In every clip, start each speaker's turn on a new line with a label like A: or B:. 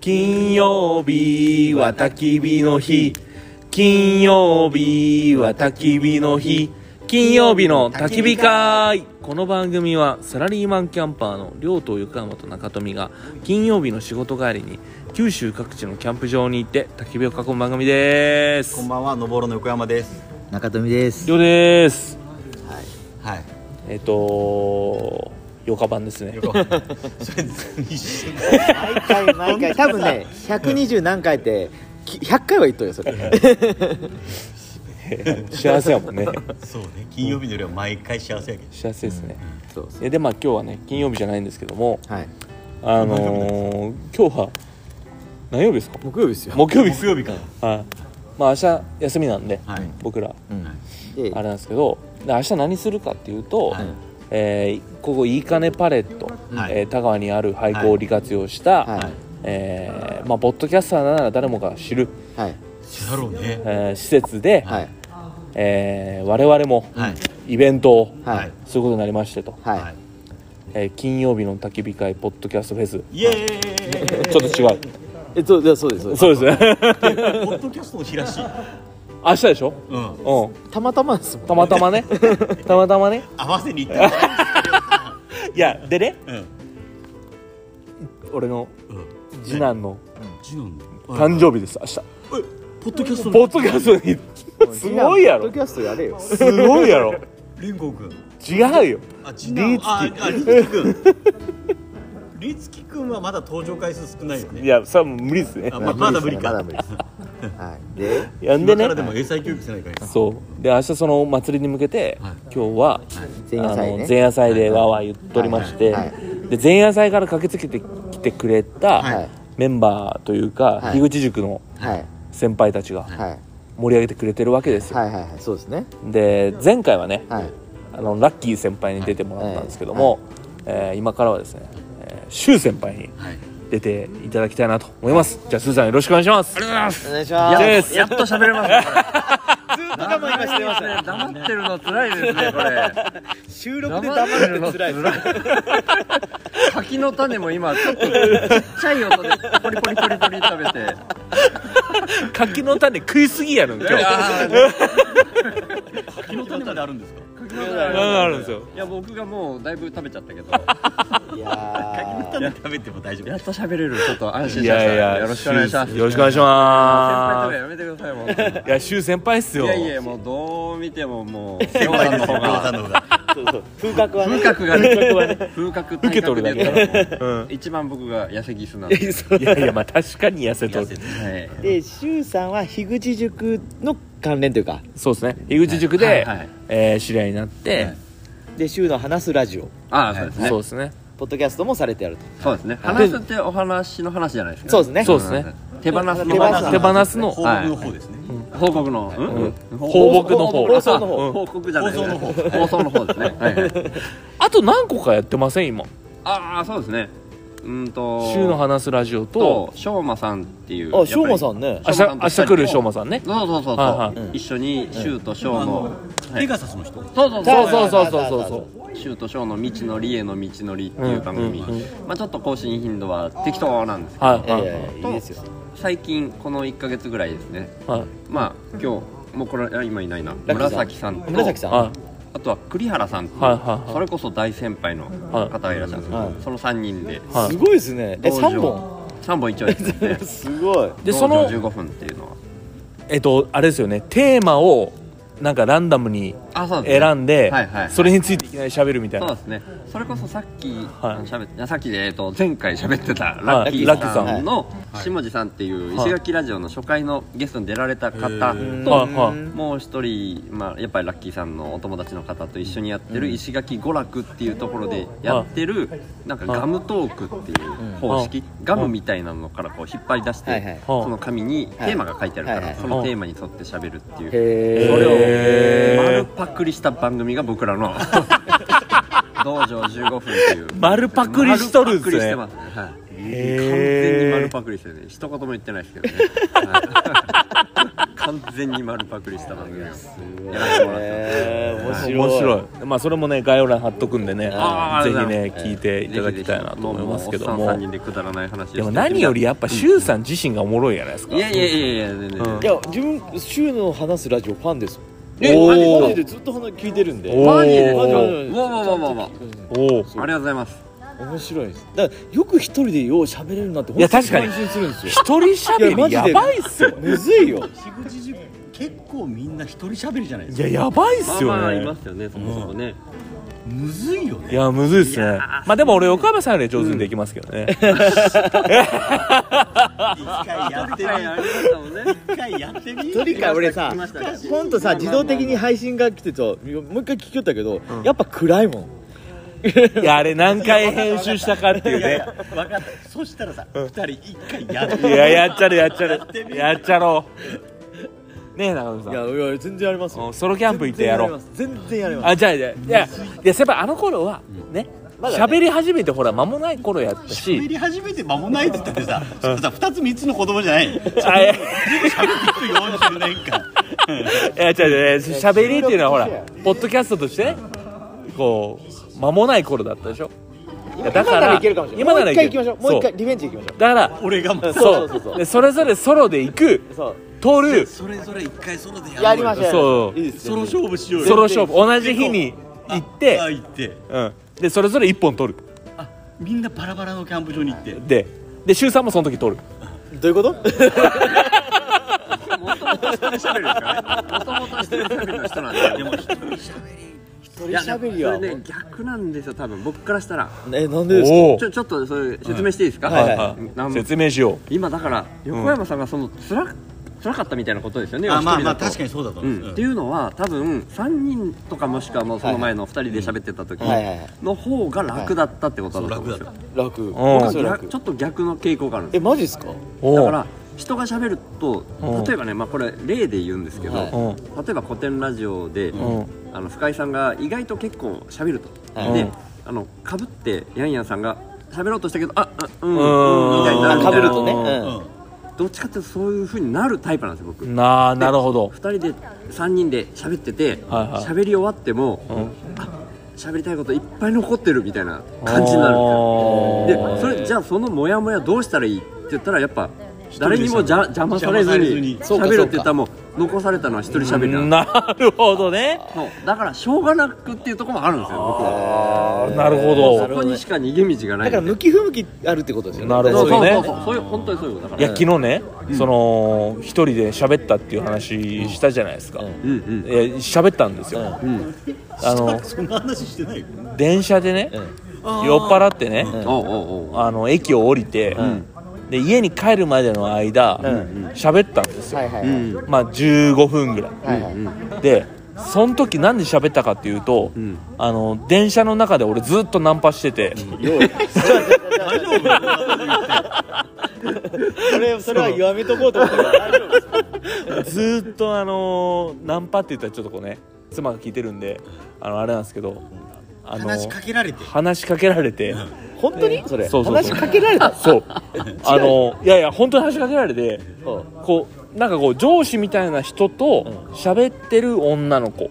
A: 金曜日は焚き火の日金曜日は焚き火の日金曜日の焚き火会この番組はサラリーマンキャンパーの亮と横山と中富が金曜日の仕事帰りに九州各地のキャンプ場に行って焚き火を囲む番組で
B: こ
A: す
B: んばんは、のぼろの横山です。
C: 中富です
A: 亮です
B: はい。はい。
A: えっ、と8日版ですね
B: それ一緒
C: 毎回毎回多分ね120何回ってき100回は言っとるよそれ
A: 幸せやもんね
B: そうね。金曜日の夜は毎回幸せやけど。
A: 幸せですね、
C: そうそう
A: えでまあ今日はね金曜日じゃないんですけども
C: はい
A: あのー、今日は何曜日ですか
C: 木曜日ですよ
A: 木曜日です
B: 木曜日か。
A: はいまあ明日休みなんで、
B: はい。
A: 僕ら
C: うん
B: はい
A: あ
C: で
A: れなんですけどで明日何するかっていうと、
B: はい
A: えーここいいかねパレット、
B: はい
A: えー田川にある廃校を利活用した、
C: はい
A: えーまあ、ボッドキャスターなら誰もが知る、
C: はい
B: だろうね。
A: えー施設で、
C: はい
A: えー我々も
B: はい。
A: イベントを
C: はい
A: することになりましてと、
C: はい、
B: はい。
A: えー金曜日の焚き火会ポッドキャストフェス
B: イエー
A: ちょっと違う
C: えそうでそうですそうで
A: そうで
C: す
A: すね
B: イ。ポッドキャストの日らしい。
A: 明日でしょ
B: う
A: う
B: ん。
A: ん
C: たまたまです
A: たまたまねたまたまね
B: 合わせに行ったんじゃ
A: いやでね
B: ない。うん。
A: 俺の
B: うん。
A: 次男の
B: 次男の。
A: 誕生日です明日
B: 生。えポッドキャスト
A: ポッ
B: の。
A: ドキャストにすごいやろ
C: ポッドキャストやれよ
A: すごいやろ
B: リンゴ君。
A: 違うよ
B: あ、次男
A: リー。ツキ
B: あ、あ、リツキ君。 リツキ君はまだ登場回数少ないよ
A: い
B: ね。
A: やそれはもう無理ですね
B: あままだ無理
C: まだ
B: か
C: 無。理ですはいで
A: やんで
B: 今か
A: ね
B: らでも英才教育せないから。
A: そうで明日その祭りに向けて
B: はい
A: 今日は
C: 前夜祭ね
A: 前夜祭でわーわー言っとりまして
C: はいは
A: で前夜祭から駆けつけてきてくれ
B: は
A: た
C: い
A: メンバーというか
C: はい
A: 樋口塾の
C: はい
A: 先輩たちが
C: はい
A: 盛り上げてくれてるわけですよ
C: はいはいはいそうですね
A: で前回はね
C: はい
A: あのラッキー先輩に出てもらったんですけども、えー今からはですね、えー、シュウ先輩に
B: はい。
A: 出ていただきたいなと思いますじゃあシュウさんよろしくお願いします
B: りがとうございます。
C: お願いしま
A: ですす
D: やっと喋れますね。
C: ずっと我慢今してましたね
D: 黙ってるの辛いですね、これ。
C: 収録
D: 黙ってるの辛い。柿の種も今、ちょっとちっちゃい音でポリポリポリポリ食べて。
A: 柿の種食いすぎやろ今日
B: 柿の種あるんですか。
D: 柿の種
A: あるんですよ
D: いや、僕がもうだいぶ食べちゃったけど、
C: いやー
B: 種食べても大丈夫
D: や。っと喋れる。ちょっと安心
A: い
D: しまし
A: や
D: た。
A: いや
D: よろしくお願いします。
A: シュウよろしくお願いし
D: 先輩と
A: ま
D: かやめてください、もう。
A: すいやシュウ先輩っすよ
D: いやいや、もうどう見てももう、
B: 先輩ですよ、りょうさん
D: が。
B: の方が。
C: 風格はね
D: 風格がね、風格、
A: 受け取るだけ
D: 体格で言ったらも
A: う
D: う
A: ん
D: 一番僕が痩せぎすなんで。
A: いやいやまあ確かに痩せとる
D: はい。
C: で周さんは樋口塾の関連というか
A: そうですね井口塾で、
D: はいはいはい
A: えー知り合いになって、
D: はい
C: で周の話すラジオ
D: ああ、そうですね
A: そ。うですね
C: ポッドキャストもされてあると
D: そうですね。
A: はい
D: 話すってお話の話じゃないですか。
C: そうですね
A: そうですね。
D: 手放す
C: 手放す
A: 手放すの
B: 報告の方ですね。
D: 報告の、
A: う
D: うんん、
A: 報告の方
C: 放送の
D: あ
C: 方
D: 報告じゃない
B: 放送の方
D: 放送の方ですね。はいはい。
A: あと何個かやってません今
D: ああ、そうですね。うーんと。
A: 週の話すラジオと
D: と、しょうまさんっていう。
C: あ翔馬さんね
A: 明日
D: 翔馬さん
A: 明
D: と
A: 日来るしょうまさんね
D: そうそうそう
A: はい
D: そう。一緒にシューとショーの。
B: ペガサスの人。
D: そうそう
A: そう
D: そ
A: そううそうそうそうそう
D: シューとショーの道のりへの道のりっていう番組、
A: うんうんうん
D: まあちょっと更新頻度は適当なんですけど、
A: はい
C: いや
A: はいい
C: やいやいいですよ
D: 最近この1か月ぐらいですね
A: はい
D: まあ今日もうこれあ今いないな
C: ラッキーさん
D: 紫さんと
C: 紫さん
A: は
D: あとは栗原さんっていう、
A: はいはいはい
D: それこそ大先輩の方がいらっしゃるんですけど、
C: はい
D: その3人で、
A: はい
C: すごいですねえ三本
D: 3本一応で すね
C: すごい
A: いでその
D: 15分っていうのは
A: えっとあれですよねテーマをなんかランダムに
D: あそうですね
A: 選んで
D: はいはい
A: それについていきなり喋るみたい
D: そう
A: な
D: ですねそれこそさっき、
A: はい
D: しゃべいやさっきで、えっと、前回喋ってたラッキ
A: ラッキー
D: ー
A: さん
D: さんの下地さんっていう
A: はい
D: 石垣ラジオの初回のゲストに出られた方
B: へー
D: と
A: はいはい
D: もう一人、まあ、やっぱりラッキーさんのお友達の方と一緒にやってる石垣娯楽っていうところでやってるなんかガムトークっていう方式ガムみたいなのからこう引っ張り出し
C: はいはい
D: てその紙にテーマが書いてあるか
C: はいはい
D: らそのテーマに沿って喋るっていう
C: へ
D: そ
C: ー
D: れを丸パクリした番組が僕 らの道場15分っていう
A: 丸パクリしとるんすね
D: 丸パクリしてますね、はい完全に丸パクリしてるね一言も言ってないですけどね、完全に丸パクリした番組をやらせてもらってます
C: えー面白い
A: 面白いまあそれもね概要欄貼っとくんでねぜひ
D: あ
A: ね
D: ーありがとうございます
A: 聞いていただきたいなと思いますけど
D: もうおっさん3
A: も
D: 人でくだらない話を
A: でも何よりやっぱ
D: シ
A: 周
D: ュ
A: さん自身がおもろいじゃないですか
D: いやいやいやいや全
A: うん
C: い
D: 然
C: や自分週の話すラジオファンです
A: え
C: マ
A: お
C: ジ
A: ー
C: マジでずっと話聞いてるんで
A: おーマジで
C: マジマジマジ
D: わわわわわ
A: おお
D: ありがとうございます
C: 面白いですだからよく一人でよう喋れるなって
A: いや確かに
C: 本当安心するんですよ
A: 一人しゃべりやばいっすよ
C: むずいよ
B: 樋口塾結構みんな一人喋りじゃないで
A: い
B: すか
A: ややばいっ
D: ますあ
A: よ
D: まあい
A: ね
D: ますよねそもそもね
B: むずいよね
A: いやむずいっすねまあでも俺横山さんより上手にできますけどね
B: 一回やってみ
D: はいありましたもんね
B: 一回やってみ
C: とにかく俺さ
D: 来ました来ました
C: ほんとさ自動的に配信が来てともう一回聞きよったけど、やっぱ暗いもん
A: いやあれ何回編集したかっていうね
B: 分かったそしたらさ二人一回やって
A: いややっちゃるやっちゃるやっちゃろうねえ中野さ
C: いやいや全然やりますよ
A: んうんソロキャンプ行ってやろう
C: 全然やります
A: あじゃあじゃあいやいや先輩あの頃はね
C: まだね
A: 喋り始めてほら間もない頃やった
B: 喋
A: し
B: り始めて間もないって言ってさしかもさ2つ3つの子供じゃない喋って
A: あいやい
B: 40年間
A: や違う違う喋りっていうのはほらポッドキャストとしてねこう間もない頃だったでしょいやだから
C: 今ならいけるかもしれない
A: 今ならいける
C: もう一回行きましょうもう一
A: そ
C: 回リベンジ行きましょう
A: だから
B: 俺がも
A: そ
B: う
A: う
C: そうそうそう
A: でそれぞれソロで行く
C: そ
A: 撮る
B: それぞれ一回ソロでやろ
C: う
B: う
C: やりましょう
A: そう
C: いいです
B: ソ
C: よ
B: ロ勝負しようよ
A: ソロ勝負同じ日に行って
B: あ、行って
A: うん、でそれぞれ1本撮る
B: あみんなバラバラのキャンプ場に行って
A: でで周さんもその時撮る
C: どういうこと
D: もともと一人喋るですからねもともと一人喋りの人なんででも一人
C: 一人喋りはもう
D: ね逆なんですよ多分僕からしたら
C: えなんでですか
A: お
D: ちょちょっとそれ説明していいですか、
C: はいはい
D: なんも
A: 説明しよう
D: 今だから横山さんがそのつら辛かったみたいなことですよね、お
B: あ
D: 一
B: まあま
D: 人だ
B: あ
D: と
B: 確かにそうだと
D: う
B: 思
D: ん、
B: う
D: っていうのは多分3人とかもしくはもうその前の2人で喋ってた時
C: はいはいはい
D: の方が楽だったってことだと思うんですよ、
C: 楽
A: うん
C: そう
D: 僕は
C: 楽
D: ちょっと逆の傾向があるんで
C: えマジですか
D: す
A: お
D: だ
A: う
D: から人が喋ると
A: うん
D: 例えばね、まあ、これ例で言うんですけど、
C: は
A: うんうん
D: 例えば古典ラジオで、
A: うん
D: あの深井さんが意外と結構喋ると、
C: はい
D: であのかぶってヤンヤンさんが喋ろうとしたけどああうん
A: うん
D: うんみたいになるみた
C: か
D: いな
C: ぶるとね、
A: う
C: うん
B: うん
C: ん、
D: どっちかっていうとそういう風になるタイプなんですよ僕2
A: なあなるほど
D: 人で3人で喋ってて喋、
A: はいはい
D: り終わっても
A: うん
D: 喋りたいこといっぱい残ってるみたいな感じになる
A: おー
D: でそれじゃあそのモヤモヤどうしたらいいって言ったらやっぱ誰にも邪邪魔されず
B: 邪魔
C: さ
D: に
C: れずにそうか
D: 喋るって言ったらもう残されたのは一人喋りなんで
A: なるほどね
D: すそうだからしょうがなくっていうところもあるんですよ僕は
A: あーなるほ
C: な
A: ど
C: る
D: そこにしか逃げ道がな
C: だ
D: い
C: から向き不向きあるってことですよね
A: なる
D: そ
A: ほ
D: う
A: ど
D: そう
A: ね
D: そうそうそういう本当にそういうことだ
A: い
D: か
A: や
D: ら
A: 昨日ね、その一人で喋ったっていう話したじゃないですか、
C: うん
D: うんうん
A: いや喋ったんですよ、
D: うん
A: あの
B: そんな話してないよ
A: 電車でね、
C: うん
A: 酔っ払ってね、
D: おうおうおう
A: あの駅を降りて、
D: ん
A: で家に帰るまでの間
C: ん
A: 喋、ったんですよ、
C: はいはい、
D: うん
A: まあ15分ぐらい、
C: はいはい、
A: でその時なんで喋ったかっていうと、
D: ん
A: あの電車の中で俺ずっとナンパしてて、
B: 大丈夫
C: それそれはやめとこうと思って 大丈夫です
A: ずーっとあのーナンパって言ったらちょっとこうね妻が聞いてるんであのあれなんですけど、あのー
B: 話しかけられて
A: 話しかけられて
C: 本当にそれ
A: そうそうそう
C: 話しかけられた
A: そうあのーいやいや本当に話しかけられて
C: そう
A: こうなんかこう上司みたいな人と喋ってる女の子、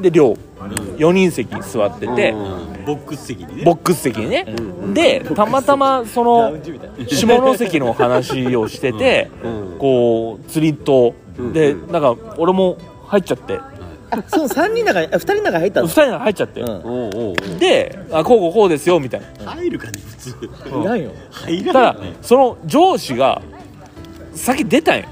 A: で寮4人席に座ってて、
D: うん
B: ボックス席にね
A: ボックス席にね、でたまたまそ
C: ラウ
A: の
C: ンジみたいな
A: 下関の話をしてて、
D: うん
A: こう釣りと、
D: うん
A: で
D: う
A: なんか俺も入っちゃって
C: あその3人の中にあ2人の 中に入っ
A: 二
C: たんだ
A: 人が入っちゃって、
C: う
D: おうおうおう
A: であこうこうこうですよみたいな
B: 入るかね普通
C: んいらんよ
B: 入
A: た
B: ら
A: だ
B: ないよね
A: その上司が先出たんよ、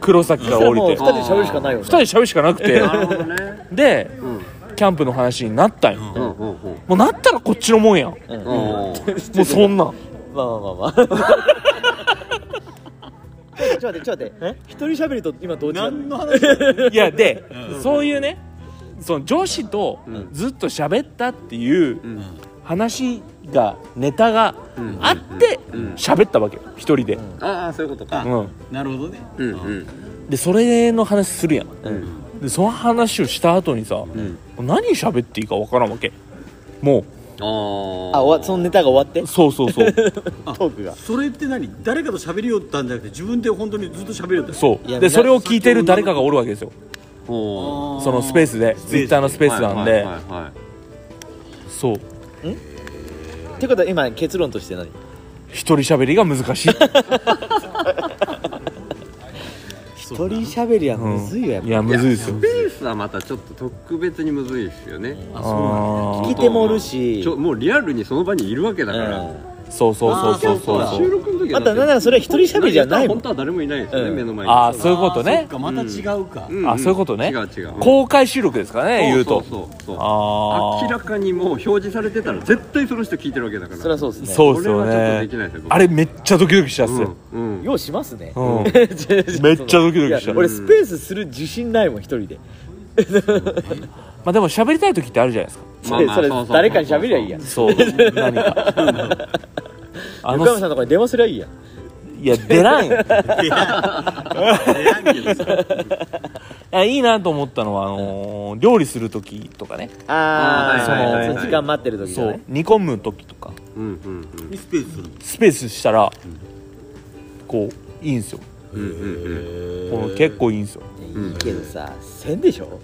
A: 黒崎か
C: そ
A: ら
C: れは
A: 降り
C: もう2
A: て
C: 人で喋るしかないよ
A: 二人喋るしかなくて
D: なるほどね
A: で
D: うん
A: キャンプの話になったんよ、
D: うんうんうん
A: もうなったらこっちのもんやんも
D: うん
A: うそんなん
C: まあまあまあ まあちょっと待ってちょっと待って一人喋りと今同時だ
B: 何の話だよ
A: いやで、そういうねその上司とずっと喋ったっていう話がネタが
D: ん
A: あって
D: ん
A: 喋ったわけよ一人で、
D: ああそういうことか
A: うん
B: なるほどね
D: うんうん
A: でそれの話するやん、
D: ん
A: でその話をした後にさ、
D: ん
A: 何喋っていいかわからんわけもう
D: あー
C: あ終わそのネタが終わって
A: そうそうそう
C: トークが
B: それって何誰かと喋りよったんじゃなくて自分で本当にずっと喋りよったう
A: そう
C: いや
A: でそれを聞いてる誰かがおるわけですよ
D: ほ
A: そのスペースで
B: スペース
A: ツイッターのスペースなん
D: はい
A: で
D: はいはいはい
A: そう
C: ってことは今結論として何
A: 一人喋りが難しい
B: 一
C: 一人喋りは
A: うん
C: むずいよやっ
A: い
C: ぱ
A: やむずいですよ
D: スペースはまたちょっと特別にむずいですよね
A: あ
C: 聞
A: ー
C: き手もおるし
D: ちょもうリアルにその場にいるわけだから、
C: うん
A: そうそうそうそう
D: まあ
A: そう
D: 収録の時は
C: またなんならそれは一人喋りじゃないもん
D: 本当は誰もいないですよね、
C: うん
D: 目の前に
A: ああそういうことね
B: また違うか、
D: んん
A: あそういうことね
D: 違う違う
A: 公開収録ですからね言うと
D: そうそうそう
A: あ
D: 明
A: あ
D: らかにもう表示されてたら絶対その人聞いてるわけだから
C: そりゃそうですね
A: そうですよ
D: これはちょっとで
A: ね
D: きないですよ僕
A: あれめっちゃドキドキしたっすよ
D: うん、うん、
C: ようしますね
A: うん
C: めっちゃ
A: めっちゃドキドキした
C: 俺スペースする自信ないもん一人で
A: まあでも喋りたい時ってあるじゃないですか
C: それそれ誰かに喋りゃいいやん
A: そう何かあ
C: 横
A: の
C: 山さんとかに電話すりゃいいやん
A: いや出らんよ
B: いやいやけどさ
A: あいいなと思ったのはあのー料理する時とかね
C: ああ
A: あーはいはいはい
C: その時間待ってる時だ
A: そう
C: ね
A: 煮込む時とか
D: うんうん
B: にスペースする
A: スペースしたらこういいんですよ
D: うんうんうん
A: この結構いいんですよ、
C: いいけどさせんでしょ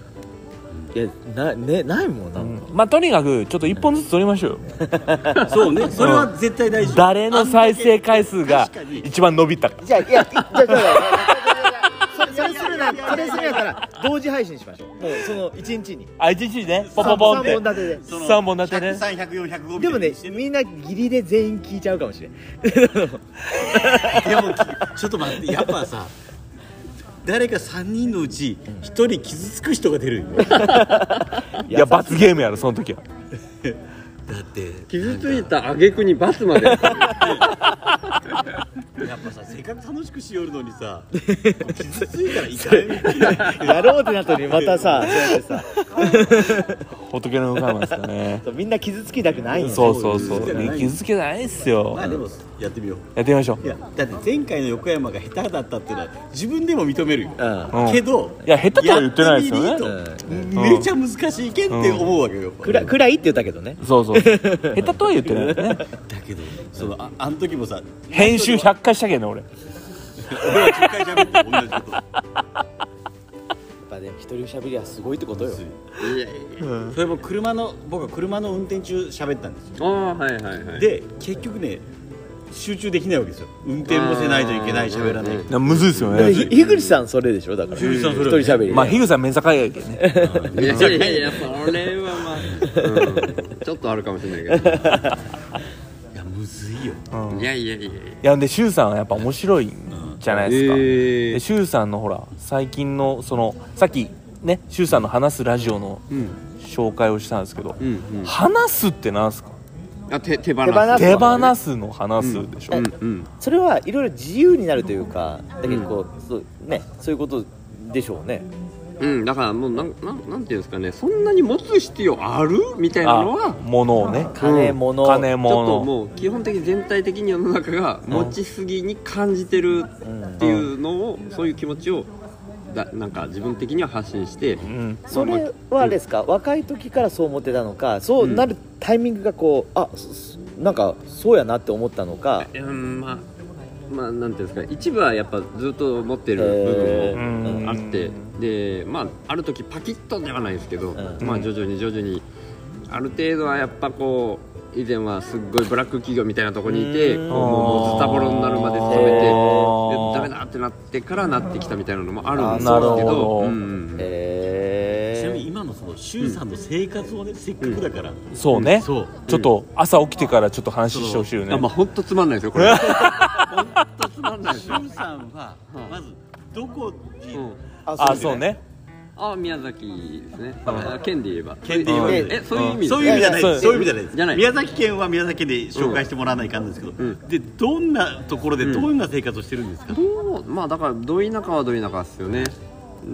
C: いやなねないもんな
A: うんん
C: か
A: まあとにかくちょっと1本ずつ取りましょうよ
B: そうねそれは絶対大事
A: 誰の再生回数が
B: 確かに
A: 一番伸びたか
C: じゃあいやじゃあじゃあじゃあじゃあじゃあそれそれするなそれするんやったら同時配信しましょうもうその一日に
A: あ一日ねポポポンっ
C: 三
A: て
C: 本立てで
B: その
A: 3本立てね
B: 10310405
C: でもねみんなギリで全員聞いちゃうかもしれん
B: でもちょっと待ってやっぱさ誰か3人のうち1人傷つく人が出るよだ
A: いや罰ゲームやろその時は
B: って
D: 傷ついた挙句にバツまで
B: やっぱさせっかく楽しくしよるのに さ傷ついたらいかんみたいな
C: やろうってなったの にまたさそうやってさ
A: 仏の神様ですかね
C: そうみんな傷つきたくないんや
A: そうそうそう
B: 傷つけない
A: ね傷つけないっすよ
B: まあでもやってみよう
A: やってみましょう
B: いやだって前回の横山が下手だったっていうのは自分でも認めるよ、
A: うん
B: けど
A: いや下手とは言ってないですよね
B: やってみりとめちゃ難しいけんって思うわけよ、
C: くら暗いって言ったけどね
A: そう そう下手とは言ってないよね
B: だけどそのああの時もさ
A: 編集100回したけどね俺
B: 俺は10回喋って同じこと
C: やっぱね一人喋りはすごいってことよ
B: それも車の僕は車の運転中喋ったんですよ
D: ああはいはいはい
B: で結局ね集中できないわけですよ運転もせないといけない喋らない
A: いやむずいっすよ
C: でも
A: ね
C: ひ樋口さんそれでしょだから
B: 樋口さんそれ
C: 一人喋り
A: まあ樋口さん目高いやけどね
D: いやいやいやいやそれはまあ、うん、ちょっとあるかもしれないけ
B: いやむずいよ
D: どいやいやいやいや
A: いやんで柊さんはやっぱ面白いんじゃないですか、
D: え
A: でシュウさんのほら最近のそのさっきねシュウさんの話すラジオの
D: うん
A: 紹介をしたんですけど、
D: うんうん
A: 話すってなんですか
D: あ手手放
C: 手放
D: す
C: す
A: 手放すの話すでしょ、
D: うんうん
C: それはいろいろ自由になるというかだけどこう、そうねそういうことでしょうね
D: うん、だからもうなんなんなんていうんですかねそんなに持つ必要あるみたいな
A: あ
D: のは
A: 物をね
C: 金物、
A: 金
D: ちょっと
A: 物
D: もう基本的に全体的に世の中が持ちすぎに感じてるっていうのをそういう気持ちをだなんか自分的には発信して
A: うん
C: それはあれですか、若い時からそう思ってたのかそうなるタイミングがこう、あそそなんかそうやなって思ったのか
D: うんまあまあなんていうんですか一部はやっぱずっと持ってる
C: えー
D: 部分も
A: うん
D: あってでまあある時パキッとではないですけど
C: うん
D: まあ徐々に徐々にある程度はやっぱこう以前はすっごいブラック企業みたいなとこにいて
C: うん
D: こうもうズタボロになるまで勤めて
C: へ
A: ー
D: でダメだってなってからなってきたみたいなのもあるんです
C: あなる
D: け
C: ほ
D: ど
A: ど
D: うんうんうん
C: えー、
B: ちなみに今のその周さんの生活をね、せっかくだから、
A: そうね、
B: そう
A: ちょっと朝起きてからちょっと話してほしいよね
D: あまあ本当つまんないですよこれ本当つまんないですよ
B: 周さんは
D: うん
B: まずどこに、
D: うん
A: あそうね
D: あ宮崎ですねあ県で言えば
B: 県で言えば
D: えそういう意味で
B: そういう意味じ
A: い
B: ゃない
A: やいや
B: そういう意味じゃないです
D: じゃない
B: 宮崎県は宮崎県で紹介してもらわないかんですけど、
D: ん
B: でどんなところでどんな生活をしてるんですか、
D: どうまあだからど田舎はど田舎っすよね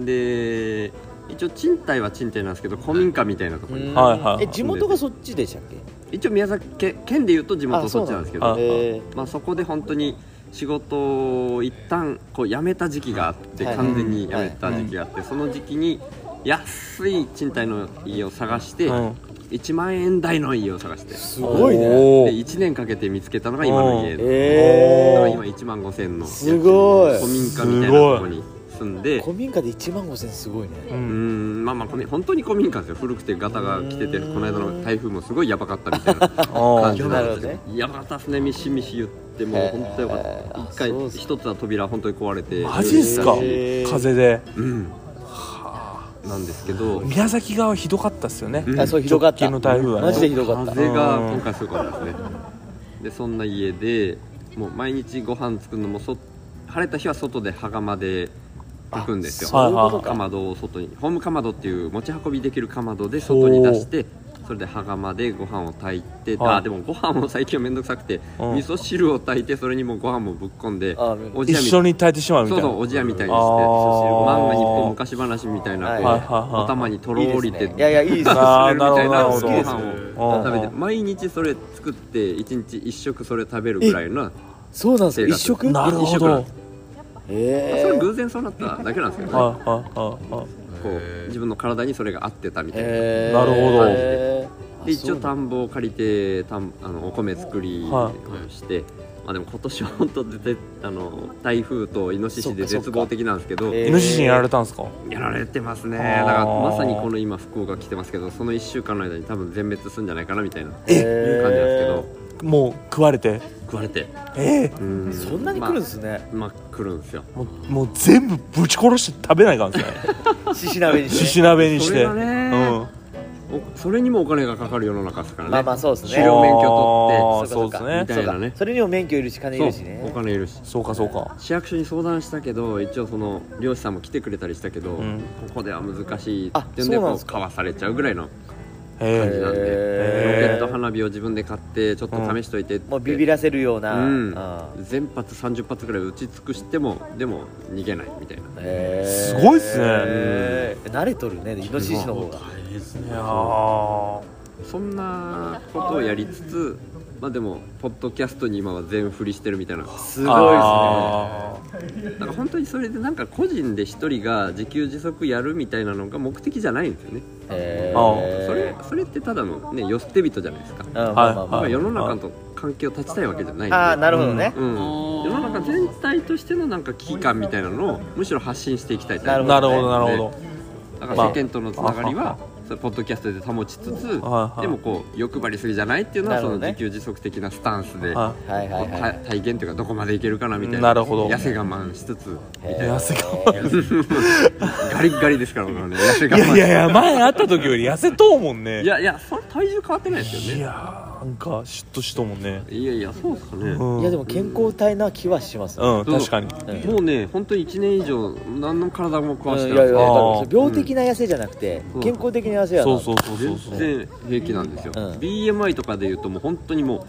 D: で一応賃貸は賃貸なんですけど古民家みたいなところに、
A: はいはいはい
C: え地元がそっちでしたっけ
D: 一応宮崎県県でいうと地元そっちなんですけ
A: あ
D: ど
A: そうなんだ
C: へ
D: まあ、そこで本当に仕事を一旦こう辞めた時期があって、
C: はい
D: 完全に辞めた時期があって、その時期に安い賃貸の家を探して、
A: うん
D: 1万円台の家を探して
C: すごいね
A: お
D: で
A: ー
D: 1年かけて見つけたのが今の家だから
C: え
D: 今1万5000の
C: すごい
D: 古民家みたいなとこに住ん
C: え
D: で
C: 古民家で1万5000すごいね
A: う
D: うんんまあまあこれ本当に古民家ですよ古くてガタが来ててこの間の台風もすごいやばかったみたい
A: あ
D: な感じ
A: ー
D: なん
C: なる
D: で
C: ほ
D: す
C: どね
D: けどやばかったですねミシミシ言ってもう本当よかっ
C: へー
D: た一
C: あそう
D: 回
C: っすか
D: 一つは扉本当に壊れて
A: マジっすか
C: へー
A: 風で
D: うんなんですけど
A: 宮崎側ひどかったっすよね
D: うん
C: あそうひどかっ
A: 直
C: た
A: 近の台風はね
C: マジでひどかった
D: 風が今回すごかったですねでそんな家でもう毎日ご飯作るのもそ晴れた日は外で羽釜で炊くんですよ
A: あそういうこと
C: か
D: かまどを外にホームかまどっていう持ち運びできるかまどで外に出してそれで羽釜でご飯を炊いて
A: はい
D: あでもご飯も最近は面倒くさくて
A: うん
D: 味噌汁を炊いてそれにもうご飯もぶっ込んで
C: あー
D: おじや
A: 一
D: み
A: 緒に炊いてしまうみ
D: そ
A: たい
D: う
A: な
D: そうおじやみたいにして
A: あー
D: 漫画日本昔話みたいな
C: はい
D: こう
C: はい
A: はいはい
D: お玉にとろ
C: い
D: ー
C: い
D: り
C: です
D: て
C: ね いやいやいいですね
A: あ
D: あ
A: ー
D: ー
A: なるほどなるほど
D: ご飯
A: うん
D: を食べて毎日それ作って1日1食それ食べるぐらいの
C: そうなんです
D: 生
C: か
D: 活
C: 一食
A: なるほど
D: 一そ
C: え
D: れ
C: え
D: 偶然そうなっただけなんですけどね
A: はいはいはいはい
D: こう自分の体にそれが合ってたみたいなで
C: えー
A: なるほど
C: えー
D: 一応
C: あ
D: 田んぼを借りて田んあのお米作り
A: は
D: をしてまあでも今年は本当絶対あの台風とイノシシで
C: そっかそっか
D: 絶望的なんですけど
C: え
A: イノシシにやられたんですか
D: やられてますね
A: あー
D: だからまさにこの今福岡来てますけどその1週間の間に多分全滅するんじゃないかなみたいな感じ
C: え
D: なんですけど
A: もう食われて
D: 食われて
A: ええ
D: うん
C: そんなに来るんですね
D: まあ、まあ来るんですよ
A: もうもう全部ぶち殺して食べないかんですね
C: 獅子鍋に
A: し
C: して
A: し鍋にし
D: そ
A: て
D: れ
A: う
D: がね
A: ん
D: おそれにもお金がかかる世の中ですからね、
C: まあまあそうです
D: 狩
C: ね
D: 猟免
A: あ
D: 許
A: ー
C: そ
A: そううで
C: か
A: す
D: 取っ
A: ね
D: てみ
C: そう
D: たい
C: か
D: なね
C: それにも免許いるし金いるしね
D: そうお金いるし
A: そうかそうか
D: 市役所に相談したけど一応その漁師さんも来てくれたりしたけど、
A: うん
D: ここでは難しいっ
C: あ
D: ていうん
C: そ
D: で
C: うなんで
D: こう
C: すか
D: かわされちゃうぐらいのロ感じ
A: え
D: なんで、
C: へ
A: ー
D: ロケット花火を自分で買ってちょっと試しといてって、
C: もうビビらせるような、
D: うん
C: あー
D: 全発30発ぐらい打ち尽くしてもでも逃げないみたいな
C: えー
A: すごいっすね
C: えー慣れとるねイノシシの方が
B: 大変です
A: えい
B: ね
A: やー
D: そんなことをやりつつまあでもポッドキャストに今は全振りしてるみたいな
C: すごいっすね
A: あー
D: だから本当にそれでなんか個人で一人が自給自足やるみたいなのが目的じゃないんですよね、
C: え
A: あ
C: ー、
D: それそれってただのねよ捨て人じゃないですか、
C: うんまあまあまあ、
A: はい
D: まあ世の中と関係を断ちたいわけじゃないんで
C: ああなるほどね、
D: うん、世の中全体としてのなんか危機感みたいなのをむしろ発信していきたいタイプ
A: なるほどなるほ
D: だから世間とのつながりは、それポッドキャストで保ちつつ、
A: はい
D: でもこう欲張りすぎじゃないっていうのは
C: なる
D: そ
C: ほ
D: の
C: どね
D: 自給自足的なスタンスで、
A: どは
C: はいはいはい
D: た体現というかどこまでいけるかなみたいな
A: なるほど
D: 痩せ我慢しつつみ
A: い
D: たいな
A: 痩せ我
D: ガリッガリですから僕はね痩せ我慢
A: 慢いやいやいや前会った時より痩せとうもんね
D: いやいやそれ体重変わってないですよ
A: い
D: ね
A: やーなんか嫉妬しとうもんね
D: いやいやそうですかね、
A: うん
C: いやでも健康体な気はします、ね
A: うん確かに
D: もうね本当に1年以上何の体も
C: う
D: 壊
C: ん
D: し
C: い
D: て
C: や
D: ない
C: やだ
D: い
C: から
A: あー
C: 病的な痩せじゃなくて、
D: うん
C: 健康的な痩せやな
A: そうそうそうそうそう
D: 全然平気なんですよ、
C: うん
D: BMI とかでいうともう本当にもう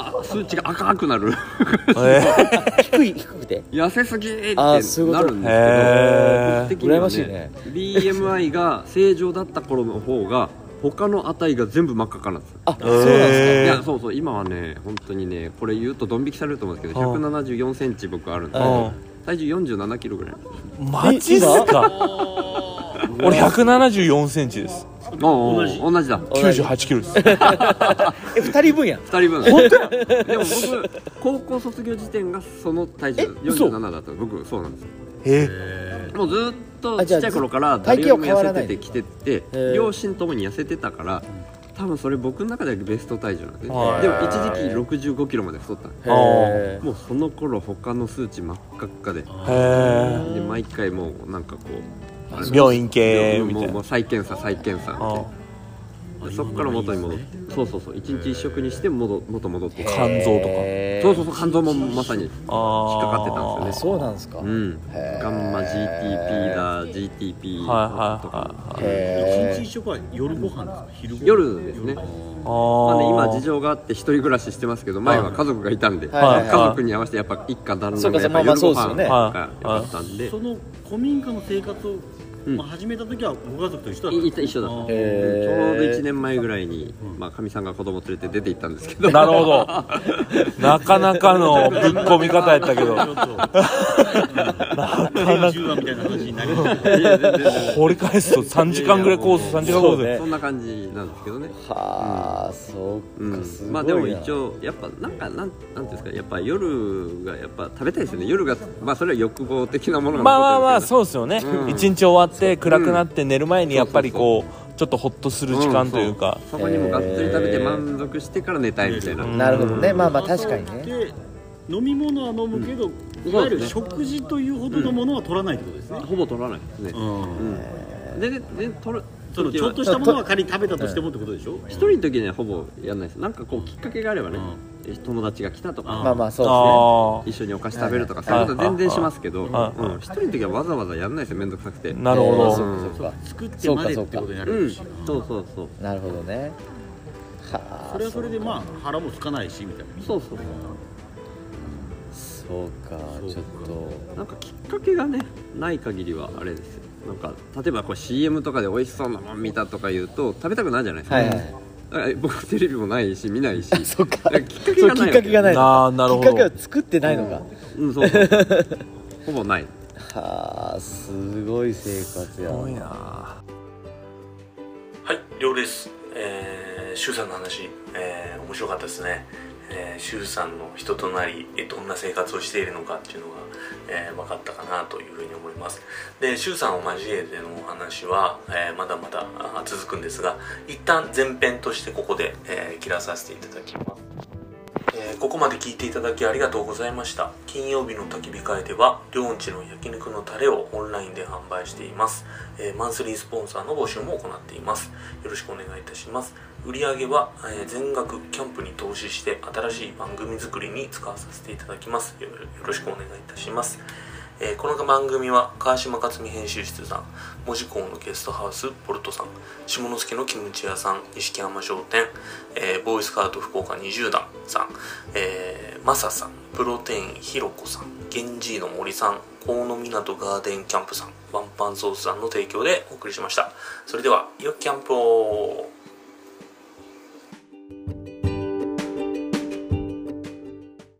D: あ数値が赤くなる
A: えー
C: 低い低くて
D: 痩せすぎって
C: あ
D: な
C: ーそういうこと
D: るんですけど
A: へー
D: 僕的には
C: 羨ましいね
D: BMI が正常だった頃の方が他の値が全部真っ赤っかなんですよ
C: あ、そうなんです
A: へー
D: いやそうそう今はね本当にねこれ言うとドン引きされると思うんですけど
A: うん
D: 1 7 4センチ僕あるんで
A: うん
D: 体重4 7キロぐらいなんです
A: マジっすか俺174センチです
D: 同じ同じだ
C: 同じ
A: 98キロです
C: かえ二人分やん
D: 二人分本当 でも僕高校卒業時点がその体重
C: え嘘
D: 47だった僕そうなんですよ
A: え
D: もうずっと
C: あじゃ
D: ち
C: あ
D: っちゃい頃から
C: ず
D: 誰より
C: 体
D: も
C: 型は変わら
D: 痩
C: な
D: せ
C: い
D: ててきてって
C: ー
D: 両親ともに痩せてたから多分それ僕の中ではベスト体重なんですね
A: はい
D: でも一時期6 5キロまで太ったんです
A: あー
C: へ
D: もうその頃他の数値真っ赤っかで
A: へえ
D: で毎回もうなんかこうあれ
A: 病院系み
D: 病
A: た
D: もう
A: い
D: も
A: な
D: う再検査再検査みたい
A: あ
D: なでそこから元に戻ってそうそうそう一日一食にして戻元戻ってき
C: ー
D: た
A: 肝臓とか
C: へー
D: そうそうそう肝臓もまさに引っ
A: あー
D: かかってたん
C: あ
D: ですよ
C: そ
D: ね
C: うなんですか、
D: うん
C: へー
D: ガンマ GTP だ
A: はい
D: GTP と
A: は
D: か
A: いはいはい
C: へ
B: 一日
C: ー
B: 一食は夜ご飯ですか昼ご飯
D: 夜ですね
A: あ
D: まあね、
A: ー
D: 今事情があって一人暮らししてますけど前は家族がいたんで、
C: はいはいはい
D: 家族に合わせてやっぱ一家旦
C: そ
D: 那
C: うか
D: が
C: そ
D: や
C: う
D: っぱ
C: まあまあそう
D: 夜ご飯
C: ですよね
D: が良かったんで
B: その古民家の生活を、まあ、始めた時はご家族と一緒だったん
D: い
B: で
D: い
B: すか
D: た一緒だったんで
C: へー
D: ちょうど1年前ぐらいにまあかみさんが子供連れて出て行ったんですけど
A: なるほどなかなかのぶっ込み方やったけど
B: あー10話みたいな話になります
D: いや全然
A: 掘り返すと3時間ぐらいコース3時間コース
C: そうね
D: そんな感じなんですけどね
C: はあ、そう
D: う
C: か
D: ん
C: すごいな、
D: まあでも一応やっぱなんかなんなんていうんですかやっぱ夜がやっぱ食べたいですよね夜がまあそれは欲望的なものが
A: まあまあまあ
D: う
A: そうですよね、
D: うん
A: 一日終わって暗くなって寝る前にやっぱりこうちょっとホッとする時間というか、
D: そこにもがっつり食べて満足してから寝たいみたいな、
A: うん
C: なるほどねまあまあ確かにね
B: で飲み物は飲むけど、い
D: ん
B: わゆ
D: そうで
B: る
D: すね
B: 食事というほどのものは取らないってことですね、
D: ほぼ取らないですね、
B: うん
D: うん、ででで取る
B: そのちょっとしたものは仮に食べたとしてもってことでしょ、
D: 一人の時にはほぼやんないですなんかこうきっかけがあればね、
B: う
D: 友達が来たとか、
B: うん
C: まあまあそうです
A: あ
C: ね
D: 一緒にお菓子食べるとか、そういうことは全然しますけど、うん
A: はい
D: うん一人の時はわざわざやんないですよ面倒くさくて
A: あなるほ
C: え
A: ど、
C: ーそうかそうか
B: 作ってまでってことにな
D: う
B: る
D: ん
B: し、
D: そうそうそう
C: なるほどねはあ
B: それはそれでまあ腹も空かないしみたいな
D: そうそう
C: そうか
B: そうか
C: ちょっと
D: なんかきっかけがねない限りはあれですよなんか例えばこう CM とかで美味しそうなもん見たとか言うと食べたくないじゃないですか,、
C: はいはい
D: だから僕テレビもないし見ないし
C: そうか
D: なんかきっかけがない
C: そうきっかけがない
A: ああなる
C: きっ
A: ほ
C: かけは
A: ど
C: 作ってないのか、
D: うんそうそうほぼない
C: はあすごい生活や
E: はい、りょうです。えー、シュウさんの話、えー面白かったですね。えー、シュウさんの人となり、えどんな生活をしているのかっていうのが、えー分かったかなというふうに思います。で、シュウさんを交えてのお話は、えーまだまだあ続くんですが、一旦前編としてここで、えー切らさせていただきます。えーここまで聞いていただきありがとうございました金曜日の焚き火会では両んちの焼肉のタレをオンラインで販売しています、えーマンスリースポンサーの募集も行っていますよろしくお願いいたします売り上げは、えー全額キャンプに投資して新しい番組作りに使わさせていただきますよよろしくお願いいたしますえーこの番組は川島克美編集室さん門司港のゲストハウスポルトさん下関のキムチ屋さん錦山商店、えーボーイスカート福岡20段さん、えーマサさんプロテインひろこさん源氏の森さん河野港ガーデンキャンプさんワンパンソースさんの提供でお送りしましたそれではよっキャンプを